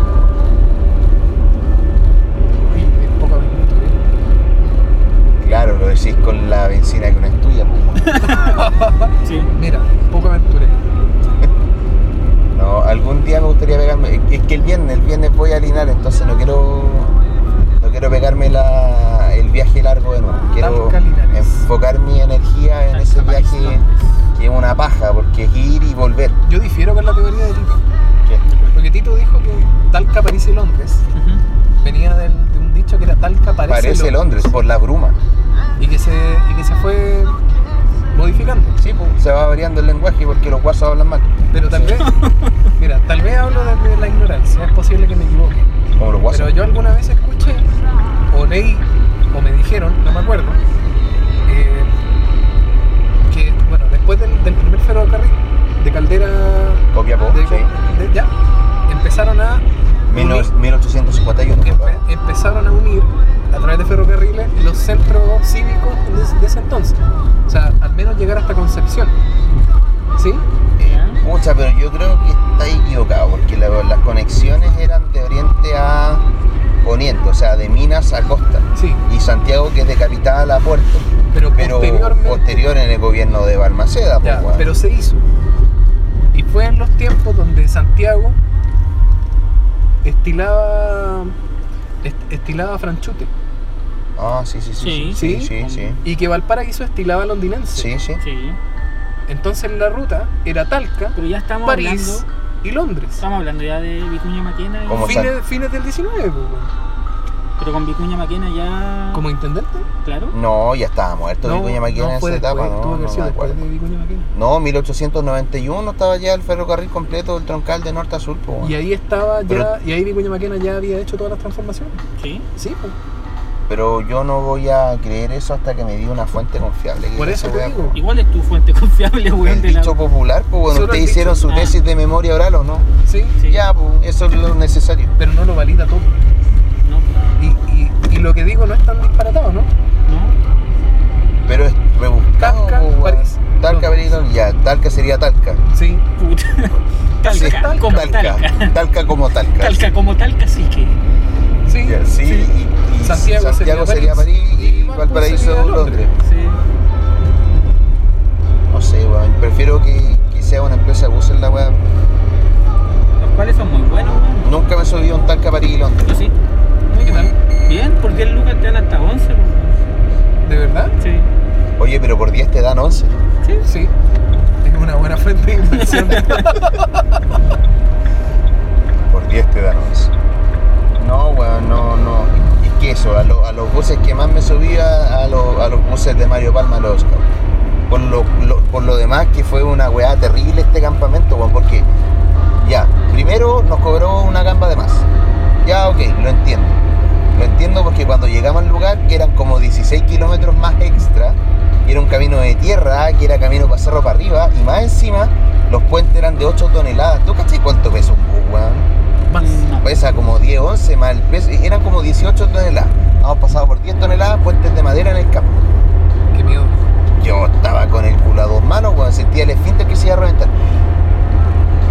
uy, es poca aventura.
Claro, lo decís con la benzina que no es tuya, pues, weón.
Sí.
Mira, poco aventurero.
No, algún día me gustaría pegarme. Es que- Es que el viernes, el viernes voy a Linar, entonces no quiero. No quiero pegarme la- el viaje largo de nuevo. Quiero
Talca, Linares.
enfocar mi energía en ese
Talca, París,
viaje que es una paja, porque es ir y volver.
Yo difiero con la teoría de Tito. Porque Tito dijo que Talca, París y Londres
Ujú.
venía del- de un dicho que era Talca, París
Parece
y
Londres
Londres.
por la bruma.
Y que se, y que se fue modificando.
Sí, pues, se va variando el lenguaje porque los guasos hablan mal.
Pero tal vez, mira, tal vez hablo desde la ignorancia, es posible que me equivoque.
Como los guasos.
Pero yo alguna vez escuché, o leí, o me dijeron, no me acuerdo, eh, que, bueno, después del, del primer ferrocarril de Caldera.
Copiapó,
de-
Oh, sí.
de- ya, empezaron a. unir-
Mil- 1851.
empe-
¿verdad?
empezaron a unir a través de ferrocarriles los centros cívicos de, de ese entonces. O sea, al menos llegar hasta Concepción. ¿Sí?
Eh, Pucha, pero yo creo que está equivocado, porque la- las conexiones eran de oriente a poniente, o sea, de minas a costa.
Sí.
Y Santiago que es de capital a puerto.
Pero,
Pero
posteriormente.
posterior en el gobierno de Balmaceda, pues,
Ya,
weón.
pero se hizo. Y fue en los tiempos donde Santiago estilaba est- estilaba franchute
Ah, sí, sí, sí.
Sí.
Sí, sí.
y que Valparaíso estilaba londinense.
Sí, sí.
Sí.
Entonces la ruta era Talca,
Pero ya estamos
París
hablando.
y Londres.
Estamos hablando ya de Vicuña Maquena. y-
Como
Fines, fines del 19, pues, weón.
Pero con Vicuña Maquena ya.
como intendente.
Claro.
No, ya estaba muerto Vicuña Maquena en esa
fue
etapa, no,
después, tuvo que
no
haber sido
me
después
acuerdo.
de Vicuña Maquena.
No, 1891 estaba ya el ferrocarril completo, el troncal de norte a sur, pues, weón.
Y ahí estaba ya,
Pero-
y ahí Vicuña Maquena ya había hecho todas las transformaciones.
Sí.
Sí, pues.
Pero yo no voy a creer eso hasta que me diga una fuente confiable. que
por
esa
eso te
weá,
digo.
Igual es tu fuente confiable, weón,
El
de la.
dicho popular, pues bueno,
Solo el
ustedes
dicho.
hicieron su
Ah.
tesis de memoria oral o no.
Sí,
Sí.
Ya, pues, eso es lo necesario.
pero no lo valida todo.
No.
Y, y- y lo que digo no es tan disparatado, ¿no?
No.
Pero es rebuscado.
Talca,
pues, weón.
París.
Talca,
Londres.
París, Londres. ya, Talca sería Talca.
Sí.
Puta.
Sí,
Talca, como
Talca.
talca.
Talca como Talca.
Talca, como talca, sí que.
Sí.
Ya, sí, y, y
Santiago
Santiago
sería
sería París,
París
y
y Valpo.
Valparaíso o Londres.
Sí.
No sé, weón. Prefiero que, que sea una empresa que use la weá.
Los cuales son muy buenos, weón.
Nunca me he subido a un tanque a París y Londres.
Yo sí.
¿Qué tal?
Bien, por 10 lucas te dan hasta 11, weón.
¿De verdad?
Sí.
Oye, pero por 10 te dan 11.
Sí.
Sí. Es una buena fuente de inversión.
Por 10 te dan 11. No, weón, no, no. Es que eso, a, lo- a los buses que más me subía, a, lo- a los buses de Mario Palma, los Oscar. Por lo, lo- por lo demás, que fue una weá terrible este campamento, weón, porque ya, primero nos cobró una gamba de más. Ya, ok, lo entiendo. Lo entiendo porque cuando llegamos al lugar, que eran como 16 kilómetros más extra, y era un camino de tierra, que era camino para cerro para arriba, y más encima, los puentes eran de 8 toneladas. ¿Tú caché cuánto pesa un bus, weón?
Más.
Mm, No.
pesa como 10, 11 más el peso, y eran como 18 toneladas. Hemos pasado por 10 toneladas puentes de madera en el campo.
Qué miedo.
Yo estaba con el culo a dos manos, cuando sentía el esfínter que se iba a reventar.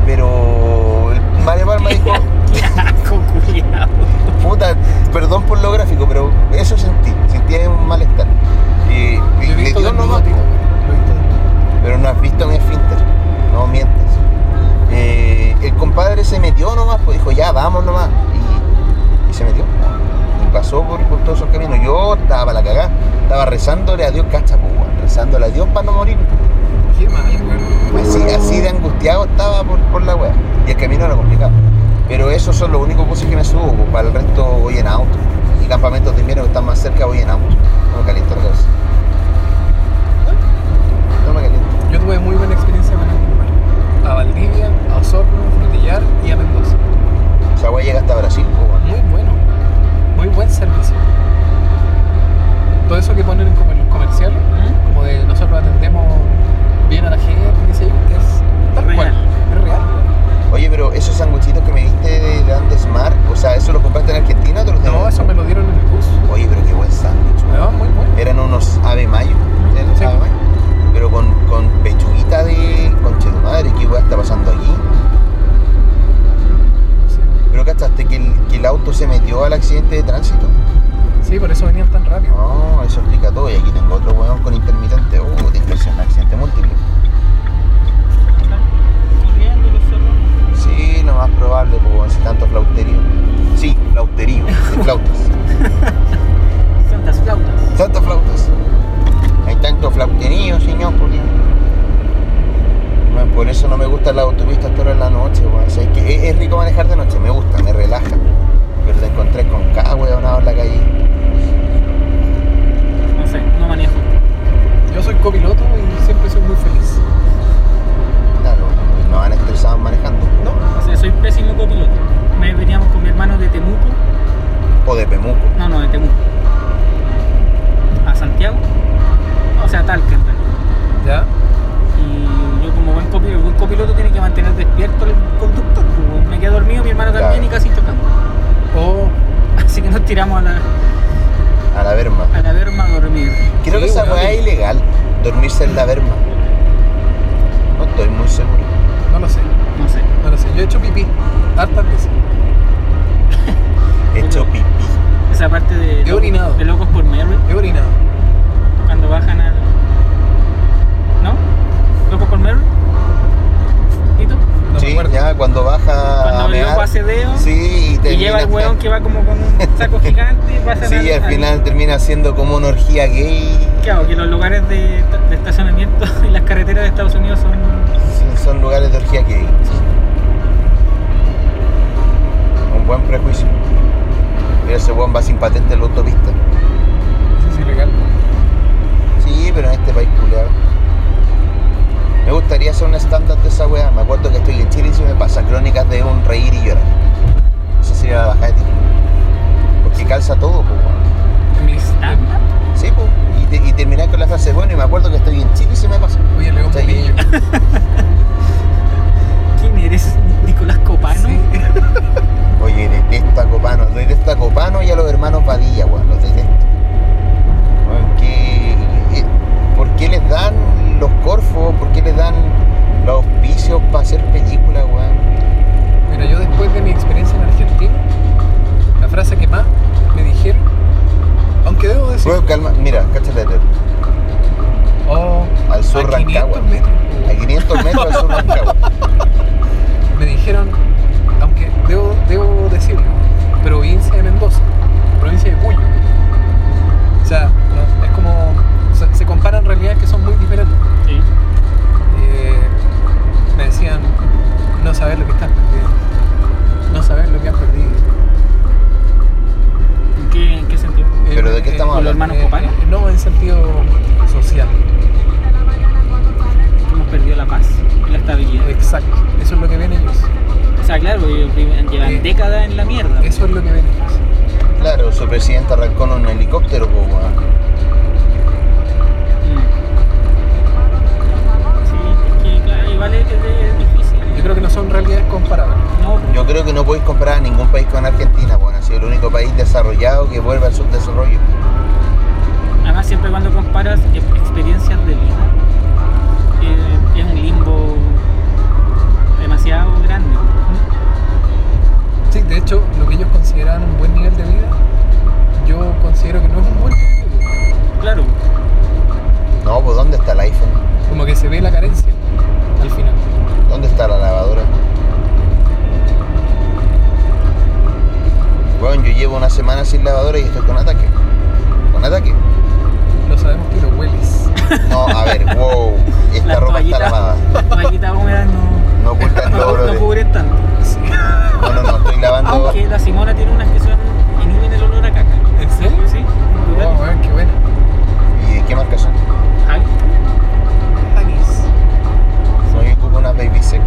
Pero el Mario Palma dijo,
Qué asco, culiao.
puta, perdón por lo gráfico, pero eso sentí, sentí un malestar. Y, y
Yo he
le
visto
dio
desnudo
nomás,
a ti, güey. Lo he visto desnudo.
pero no has visto mi esfínter, no mientes. Eh, el compadre se metió nomás, pues dijo, ya, vamos nomás. Y, y se metió. Y pasó por, por todos esos caminos. Yo estaba para la cagada, estaba rezándole a Dios, cacha, pues, weón, rezándole a Dios para no morir.
Qué mal, güey.
Así, así de angustiado estaba por, por la weá. Y el camino era complicado. Pero esos son los únicos buses que me subo. pues, Para el resto voy en auto. Y campamentos de invierno que están más cerca voy en auto. No me caliento la cabeza. No me caliento.
Yo tuve muy buena experiencia con el mar. A Valdivia, a Osorno, Frutillar y a Mendoza.
O sea, weá llega hasta Brasil, pues, weón.
Muy bueno. Muy buen servicio. Todo eso que ponen en como en los comerciales,
¿Mm?
como de nosotros atendemos bien a la gente, qué sé yo, es tal
Real.
cual. Es real.
Oye, pero esos sanguchitos que me diste de Andesmar, o sea, ¿eso lo compraste en Argentina o te lo
No,
trajeron?
eso me lo dieron en el curso.
Oye, pero qué buen sándwich. weón.
No, muy bueno.
Eran unos ave mayo, ¿sí?
Sí.
Ave mayo. pero con, con pechuguita de concha de madre, qué weá está pasando aquí.
Sí.
Pero cachaste que el, que el auto se metió al accidente de tránsito. ¿eh?
Sí, por eso venían tan rápido.
No, eso explica todo. Y aquí tengo otro weón con intermitente. Oh, te impresiona, accidente múltiple.
Están corriendo los zorros.
Sí, lo más probable, pues weón, si tanto flauterio. Sí, flauterío, de flautas.
Santas flautas.
Tantas flautas. Hay tanto flauterío, señor, por Dios. Bueno, por eso no me gustan las autopistas toda la noche, weón. O sea, es, que es- es rico manejar de noche, me gusta, me relaja. Pero te encontré con cada weonado en la calle.
No sé, no manejo.
Yo soy copiloto y siempre soy muy feliz.
Claro, no van estresados manejando.
No,
O sea, soy pésimo copiloto. Me veníamos con mi hermano de Temuco.
O de Pemuco.
No, no, de Temuco. A Santiago. O sea, Talca en realidad.
ya.
Y yo como buen copiloto, buen copiloto tiene que mantener despierto el conductor. pues, weón. Me quedé dormido, mi hermano también
Claro.
y casi tocamos.
O
Así que nos tiramos a la,
A la Berma.
a la verma a dormir.
Creo
Sí,
que esa
weón.
weá es ilegal. Dormirse en la Berma. No estoy muy seguro.
no lo sé,
No sé.
no lo sé. Yo he hecho pipí hartas veces.
He hecho pipí.
Esa parte de,
He orinado.
de Locos por Mary,
He orinado.
cuando bajan al... ¿No? ¿Locos por Mary? ¿Tito?
No me
sí,
acuerdo.
ya cuando baja
Cuando
a
el
mear,
loco hace dedo
Sí, y
y lleva
termina-
el weón que va como con un saco gigante y pasa
Sí, y al final termina siendo como una orgía gay.
Claro, que los lugares de, de estacionamiento y las carreteras de Estados Unidos son...
Sí, Son lugares de orgía gay. Un buen prejuicio. Pero ese weón va sin patente en la autopista.
Sí, sí, legal.
Sí, pero en este país culeado. Me gustaría hacer un stand-up de esa weá. Me acuerdo que estoy en Chile y se me pasa crónicas de un reír y llorar. Esa sería la bajada de ti. Porque calza todo, pues, weón.
Mis,
¿Tanda?
Sí, pues. Y, te- y terminar con la frase, bueno, y me acuerdo que estoy en Chile y se me pasa.
eh, oye, León
Sí.
Popillo.
¿Quién eres? ¿Nicolás Copano?
Sí.
Oye, detesto a Copano, detesto a Copano y a los hermanos Padilla, weón, los detesto. Weón, ¿qué- eh, ¿Por qué les dan los corfos? ¿Por qué les dan los auspicios para hacer películas, weón?
Mira, yo después de mi experiencia en Argentina, la frase que más me dijeron, aunque debo decir
Cacha la Eterna.
Oh,
Al sur
a 500
Rancagua.
metros.
A 500 metros al sur Rancagua.
Me dijeron, aunque debo, debo decirlo, provincia de Mendoza, provincia de Cuyo. O sea, no, es como. Se, se comparan realidades que son muy diferentes.
Sí.
Eh, me decían no saber lo que estás perdiendo. No saber lo que has perdido.
¿En qué, en qué sentido?
Eh,
¿Pero de qué
eh,
estamos
con los
hablando?
hermanos Copano?
no en sentido social.
Hemos perdido la paz y la estabilidad.
Exacto. Eso es lo que ven ellos.
O sea, claro, ellos viven- llevan
Eh,
décadas en la mierda.
Eso es lo que ven ellos.
Claro, su presidente arrancó en un helicóptero, po, weón.
Mm. Sí, es que claro, igual es, es difícil.
Yo creo que no son realidades comparables.
No,
Yo creo que no podéis comparar a ningún país con Argentina, weón. Ha sido el único país desarrollado que vuelve al subdesarrollo.
Además, siempre cuando comparas e- experiencias de vida, eh, es un limbo demasiado grande.
Sí, de hecho, lo que ellos consideraban un buen nivel de vida, yo considero que no es un buen nivel de vida.
Claro,
No, pues ¿dónde está el iPhone?
Como que se ve la carencia al final.
¿Dónde está la lavadora? Weón, yo llevo una semana sin lavadora y estoy con ataque. ¿Con ataque?
Lo sabemos que lo hueles.
No, a ver, wow. Esta
las
ropa está lavada.
toallitas, las toallitas húmedas no,
No ocultan
no,
los
no
olores.
cubren tanto.
Sí.
No, no, no, estoy lavando.
Aunque la Simona tiene unas que son inhiben el olor a caca.
¿En serio? Oh,
Sí,
Wow,
naturales.
weón, qué buena.
¿Y de qué marca son?
Ay,
Anís.
No, yo ocupo una baby sec.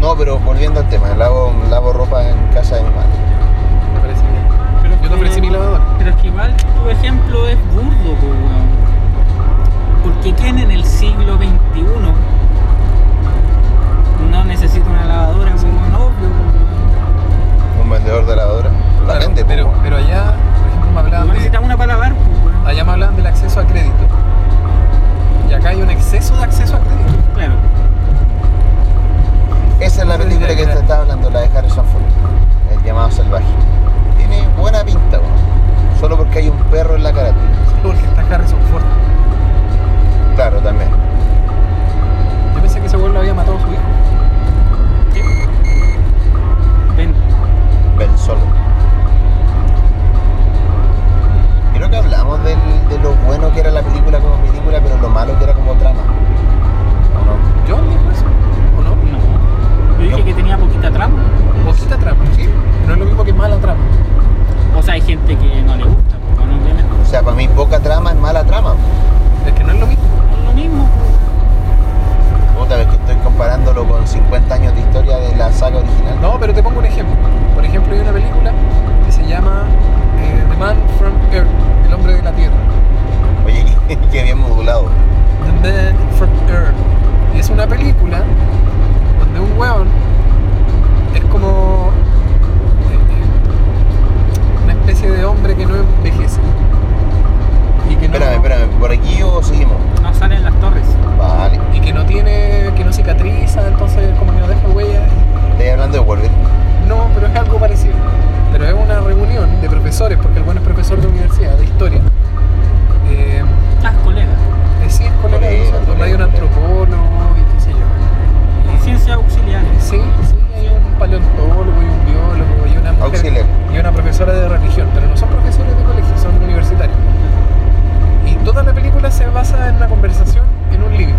No, pero volviendo al tema, lavo, lavo ropa en casa de mi madre.
Me parece bien.
pero es
Yo te
que-
ofrecí mi lavadora.
Pero es que igual tu ejemplo es burdo, po, weón. Porque ¿quién en el siglo XXI no necesita una lavadora como un obvio? po,
Un vendedor de lavadora. La
Claro,
vende,
pero,
po.
pero allá, por ejemplo, me
weón?
hablaban
Igual
de,
necesitas una para lavar, po, weón.
allá me hablaban del acceso a crédito. Y acá hay un exceso de acceso a crédito.
Claro.
Esa es la película que te estaba hablando, la de Harrison Ford. El llamado salvaje. Tiene buena pinta, weón. Solo porque hay un perro en la carátula.
Solo porque está Harrison Ford.
Claro, también.
Yo pensé que ese weón lo había matado a su hijo.
¿Sí? Ven.
Ben Solo. Creo que hablamos del- de lo bueno que era la película como película, pero lo malo que era como trama. ¿O no?
¿John dijo eso? ¿O no?
No. Yo dije
No.
que tenía poquita trama.
Poquita trampa, sí. No es lo mismo que mala trampa.
O sea, hay gente que no le gusta, po, weón, obviamente.
O sea, para mí poca trama es mala trama.
Es que no es lo mismo.
Es lo mismo, po, weón.
Otra vez que estoy comparándolo con 50 años de historia de la saga original.
No, pero te pongo un ejemplo. Por ejemplo, hay una película que se llama eh, The Man from Earth, el hombre de la Tierra.
Oye, qué, qué bien modulado.
The Man from Earth. Y es una película donde un weón es como eh, eh, una especie de hombre que no envejece. Y que no,
Espérame, espérame, ¿por aquí o seguimos?
No salen las torres.
Vale.
Y que no tiene, que no cicatriza, entonces como que no deja huellas.
Estoy hablando de volver.
No, pero es algo parecido. Pero es una reunión de profesores, porque el bueno es profesor de universidad, de historia. Eh,
Las colegas.
eh, sí, es colega de
Colega,
nosotros,
colega,
hay un
colega.
antropólogo y qué sé yo. Y-
Ciencias auxiliares.
Sí, sí, hay un paleontólogo y un biólogo y una mujer
Auxiliar.
y una profesora de religión, pero no son profesores de colegio, son universitarios. Y toda la película se basa en una conversación en un living.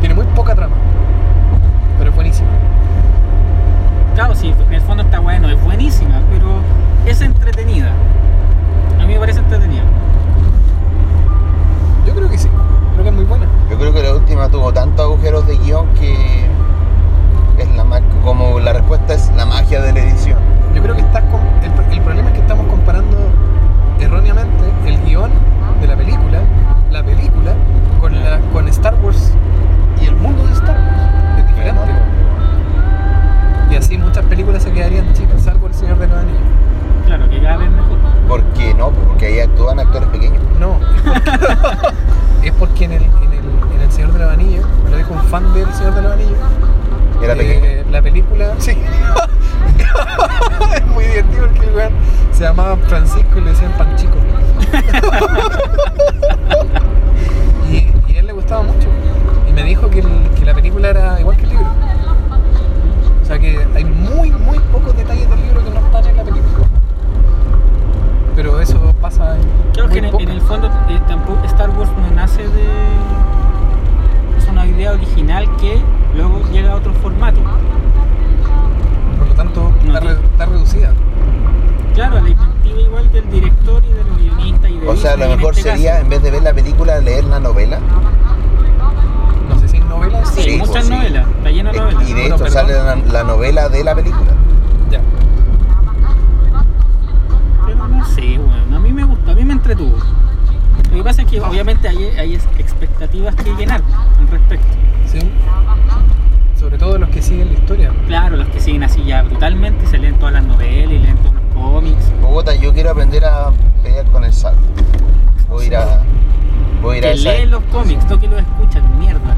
Tiene muy poca trama, pero es buenísima.
Claro, sí, en el fondo está bueno, es buenísima, pero es entretenida. A mí me parece entretenida.
Yo creo que sí, creo que es muy buena.
Yo creo que la última tuvo tantos agujeros de guión que es la ma- como la respuesta es la magia de la edición.
Yo creo que estás con, el, pro- el problema es que estamos comparando erróneamente el guión de la película, la película, con, la, con Star Wars y el mundo de Star Wars. Es diferente. Y así muchas películas se quedarían chicas, salvo El Señor de los Anillos.
Claro, que cada vez mejor.
¿Por qué no? Porque ahí actúan actores pequeños.
No, es porque, es porque en, el, en, el, en El Señor de los Anillos, me lo dijo un fan del Señor de los Anillos,
Era
Eh,
pequeño.
la película, sí. es muy divertido porque el weón se llamaba Francisco y le decían Panchico. y, y a él le gustaba mucho. Y me dijo que, el- que la película era igual que el libro. O sea que hay muy, muy pocos detalles del libro que no están en la película. Pero eso pasa en.
Claro
muy
que en,
poco.
en el fondo eh, tampoco Star Wars no nace de. Es una idea original que luego llega a otro formato.
Por lo tanto,
No
está, re- está reducida.
Claro, la inventiva igual del director y del guionista y de
O sea, a
Disney
lo
en
mejor
este
sería,
caso.
en vez de ver la película, leer la novela.
No sé si es novela.
Sí,
Sí,
muchas
pues, sí.
novelas, está lleno de
Eh,
novelas.
Y de
Bueno,
hecho
perdón.
sale la, la novela de la película.
Ya.
Pero no sé, weón. A mí me gustó, a mí me entretuvo. Lo que pasa es que obviamente hay, hay expectativas que llenar al respecto.
Sí. Sobre todo los que siguen la historia.
Claro, los que siguen así ya brutalmente, se leen todas las novelas y leen todos los cómics.
Bogotá, yo quiero aprender a pelear con el sable. Voy a ir a. Voy a ir a
Que
esa-
leen los cómics, no que los escuchan, mierda.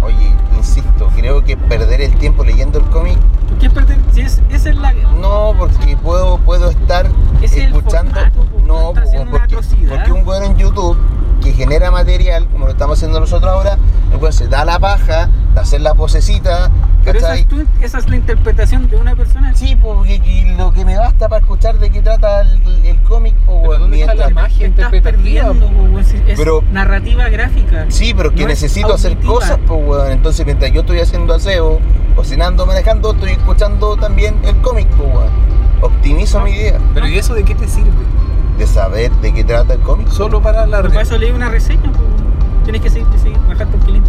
Oye, insisto, creo que perder el tiempo leyendo el cómic,
¿Por qué perder? Si es, esa es la.
no, porque puedo, puedo estar
Ese es el
escuchando.
formato, po,
no,
está
po,
haciendo una
porque,
atrocidad.
porque un weón en YouTube que genera material, como lo estamos haciendo nosotros ahora, el weón se da la paja de hacer la posecita,
Pero esa
¿cachai?
es, tu- esa es la interpretación de una persona.
Sí, porque y lo que me basta para escuchar de qué trata el, el cómic, po,
Pero
weón,
¿dónde está la
mientras-
imagen? Magia
estás
interpretativa,
perdiendo, po, weón, si es
Pero-
narrativa gráfica.
Sí, pero es que
No es
necesito hacer
auditiva.
cosas, pues, weón. Entonces, mientras yo estoy haciendo aseo, cocinando, manejando, estoy escuchando también el cómic, pues, weón. Optimizo mi idea
Pero ¿y eso de qué te sirve?
de saber de qué trata el cómic.
Solo para la
Pero para
red.
eso leí una reseña, po, weón. Tienes que seguir, seguir, bajar por Quilín.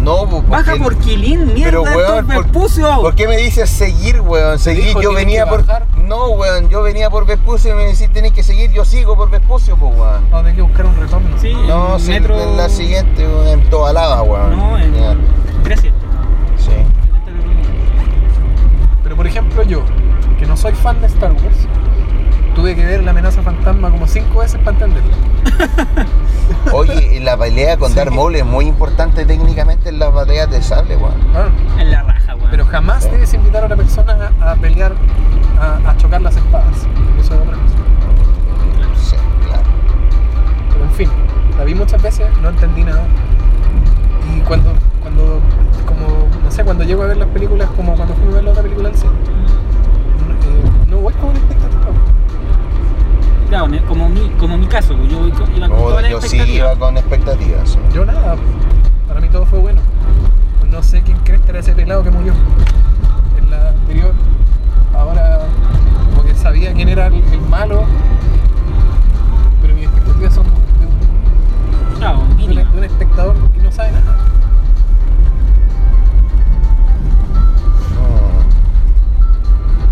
No, pues, porque-
Baja por Quilín,
Pero,
mierda,
weón,
estos
por-
Vespucios.
¿Por qué me dices seguir, weón? Seguir,
dijo,
yo
tienes
venía
que
por.
bajar.
No, weón, yo venía por Vespucio y me decís tenés que seguir, yo sigo por Vespucio, pues, weón.
Vamos a tener que buscar un retorno.
Sí,
No,
en
sí,
metro...
en la siguiente, weón, en toda lava, weón.
No, en
Ya,
Grecia.
Sí.
Pero por ejemplo yo, que no soy fan de Star Wars, tuve que ver la amenaza fantasma como cinco veces para entenderla.
Oye, y la pelea con
Sí.
Darth Maul es muy importante técnicamente en las batallas de sable, weón.
Ah,
En la raja, weón.
Pero jamás debes invitar a una persona a, a pelear, a, a chocar las espadas. Eso es otra cosa.
Sí, claro.
Pero en fin, la vi muchas veces, no entendí nada. Y cuando, cuando, como, no sé, cuando llego a ver las películas, como cuando fui a ver la otra película al cine, eh, no voy con expectativa.
Claro, ne- como mi, como mi caso, yo voy con,
Oh,
iba con
No,
toda la
Oh, yo sí
expectativa.
iba con expectativas. sí.
Yo nada, para mí todo fue bueno. No sé quién crees que era ese pelado que murió en la anterior. Ahora, como que sabía quién era el, el malo, pero mis expectativas son de un,
Claro,
de un-
mínima.
de un espectador que no sabe nada.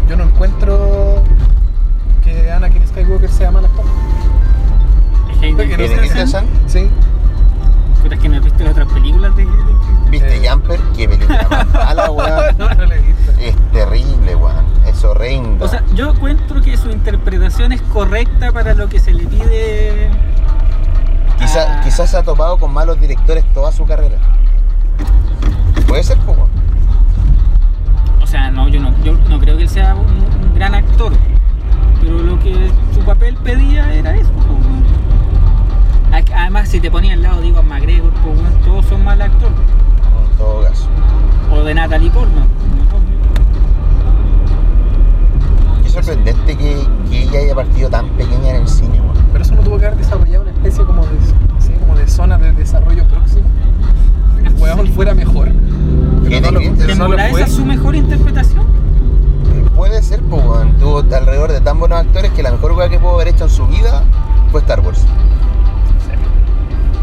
Mm.
Yo no encuentro que Anakin Skywalker sea mal actor.
Es que,
Porque
¿Eres
sé si-
Christensen?
Sí.
puta, es que no he visto las otras películas de... de- de-
¿Viste
Eh.
Jumper? Qué película más mala, weón.
No, no le diste.
Es terrible, weón. Es horrendo.
O sea, yo encuentro que su interpretación es correcta para lo que se le pide...
Quizá-
a-
Quizás se ha topado con malos directores toda su carrera. Puede ser, pues, weón.
O sea, no, yo no, yo no creo que él sea un, un gran actor. Pero lo que su papel pedía era eso. po, weón. A- Además, si te ponía al lado de Ivan McGregor, po, weón, todos son mal actor.
En todo caso.
O de Natalie Portman.
Qué sorprendente que, que ella haya partido tan pequeña en el cine, weón.
Pero eso no tuvo que haber desarrollado una especie como de, no sé, como de zona de desarrollo próximo. Que el weón fuera mejor.
¿Qué
Pero no lo-
te crees?
pero no lo
¿Tendrá
fue.
esa su mejor interpretación?
Puede ser, pues, weón. Tuvo alrededor de tan buenos actores que la mejor weá que pudo haber hecho en su vida fue Star Wars.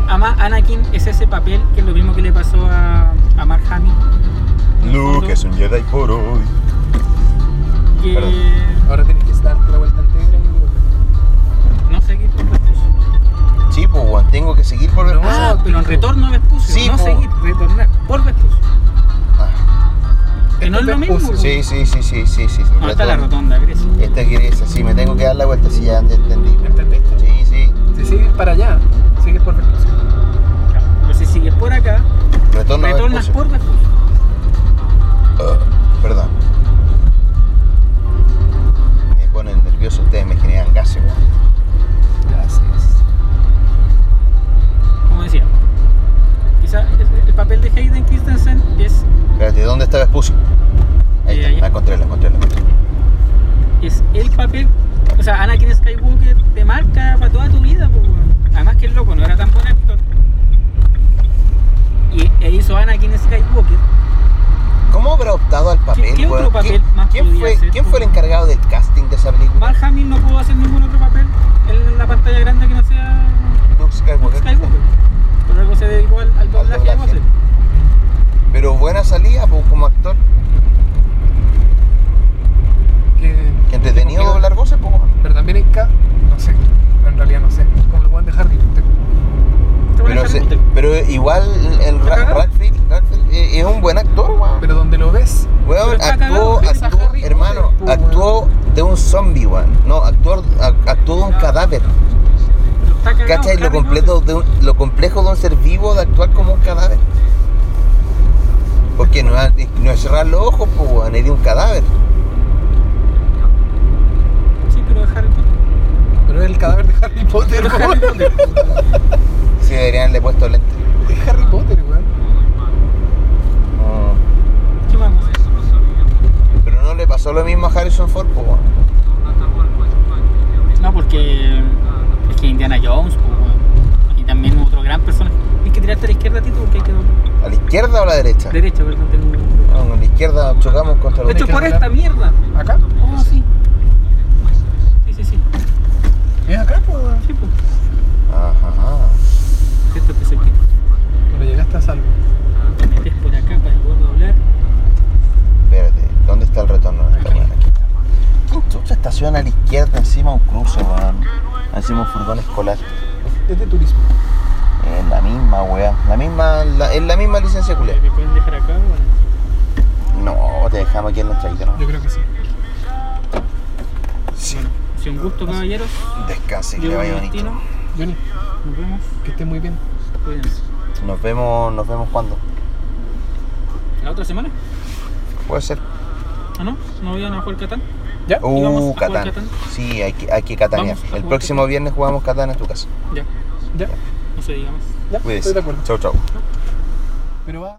Además, Anakin es ese papel que es lo mismo que le pasó a, a Mark Hamill.
Luke es un Jedi por hoy.
Que
Perdón.
Ahora tienes que darte la vuelta entera y volver.
no seguí por Vespucio.
Sí, pues, weón. Tengo que seguir por el
No.
Ah, pero en retorno a Vespucio.
Sí,
no
po.
seguir, retornar por Vespucio. Que no es lo mismo.
Vespucio.
Ah. Sí, sí, sí, sí, sí, sí.
No, Ah, está la
Retorno.
rotonda, Grecia.
Esta quiere decir, sí, me tengo que dar la vuelta si ya entendí.
¿Entendiste?
Sí, sí.
Si sigues para allá, sigues por Vespucio.
Pero si sigues por acá,
Retorno a
retornas
Vespucio.
por Vespucio.
Uh, Perdón. Me ponen nervioso ustedes, me generan gases, weón.
Gracias.
Como decía, quizá el- el papel de Hayden Christensen es,
Espérate, ¿dónde estaba Spusi? Ahí
Eh,
está,
allá.
la encontré, la encontré, la encontré.
es el papel. O sea, Anakin Skywalker te marca para toda tu vida, pues, weón. Además que el loco no era tan buen actor. Y e hizo Anakin Skywalker.
¿Cómo habrá optado al papel,
qué
weón?
otro papel
¿Quién-
más
¿Quién,
podía
fue,
hacer,
¿Quién fue el
weón?
encargado del casting de esa película?
Mark Hamill no pudo hacer ningún otro papel en la pantalla grande que no sea
Luke Skywalker.
Skywalker. Por algo se dedicó al, al doblaje de
doblaje.
voces.
Pero buena salida pues, como actor.
Que-
Que entretenido
complicado.
doblar voces, pues. weón.
Pero también en K, no sé, en realidad no sé. Como el one de Harry Potter.
Te pones
Pero,
Harry
se-
Potter.
pero igual el
¿Está
Ra-
cagado?
Radcliffe Radcliffe, eh, es un buen actor, weón.
Pero donde lo ves,
Weón,
Pero está
actuó,
cagado,
está
actuó-
Harry
hermano,
Potter, po, weón.
actuó de un zombie, weón. No, actuó, ac- actuó de un cadáver.
Pero está cagado,
¿Cachai? Lo,
Harry
completo de un- lo complejo de un ser vivo de actuar como un cadáver. Porque no, es- no es cerrar los ojos, pues, weón, es de un cadáver.
Potter. Sí, pero es Harry Potter.
pero es el cadáver de Harry Potter.
Pero es
weón.
Harry Potter.
Si deberían le he puesto lentes.
Es Harry Potter, weón.
Mm.
¿Qué más? vamos a hacer?
Pero no le pasó lo mismo a Harrison Ford, pues, weón.
No, porque es que Indiana Jones, pues, weón. y también otro gran personaje. Tienes que tirarte a la izquierda, Tito, porque hay que doblar.
¿A la izquierda o a la derecha?
Derecha, perdón, tengo un...
No, con la izquierda chocamos contra
De
los
hecho, por esta mierda.
¿Acá?
Oh, sí. Sí, sí, sí.
Es acá, po, weón.
Sí, pues.
Ajá.
Esto que se quita.
Pero llegaste a salvo.
Te metes por acá para poder doblar.
Espérate, ¿dónde está el retorno? de esta weá? Aquí está. ¿Quién chucha estaciona a la izquierda encima de un cruce, weón? Encima de un furgón escolar.
Es de turismo.
Es la misma, weá. La misma, la- es la misma licencia culia.
¿Me pueden dejar acá o no?
No, te dejamos aquí en nuestra isla,
Yo creo que sí.
Sí.
Bueno, si un gusto, caballeros.
Descanse, que le
Llego a mi
vaya bonito.
destino.
Johnny,
Nos vemos.
que estés muy bien.
Cuídense.
Nos vemos, nos vemos cuando.
¿La otra semana?
Puede ser.
¿Ah, no? ¿No voy a jugar Catán?
¿Ya?
Uh,
vamos a jugar
Catán.
Catán?
Sí, hay que, hay que catanear.
Vamos a
El
jugar
próximo
Catán.
viernes jugamos Catán en tu casa.
Ya,
Ya,
no se diga más.
ya.
Cuídese.
Estoy de acuerdo.
Chau, chau.
Pero va.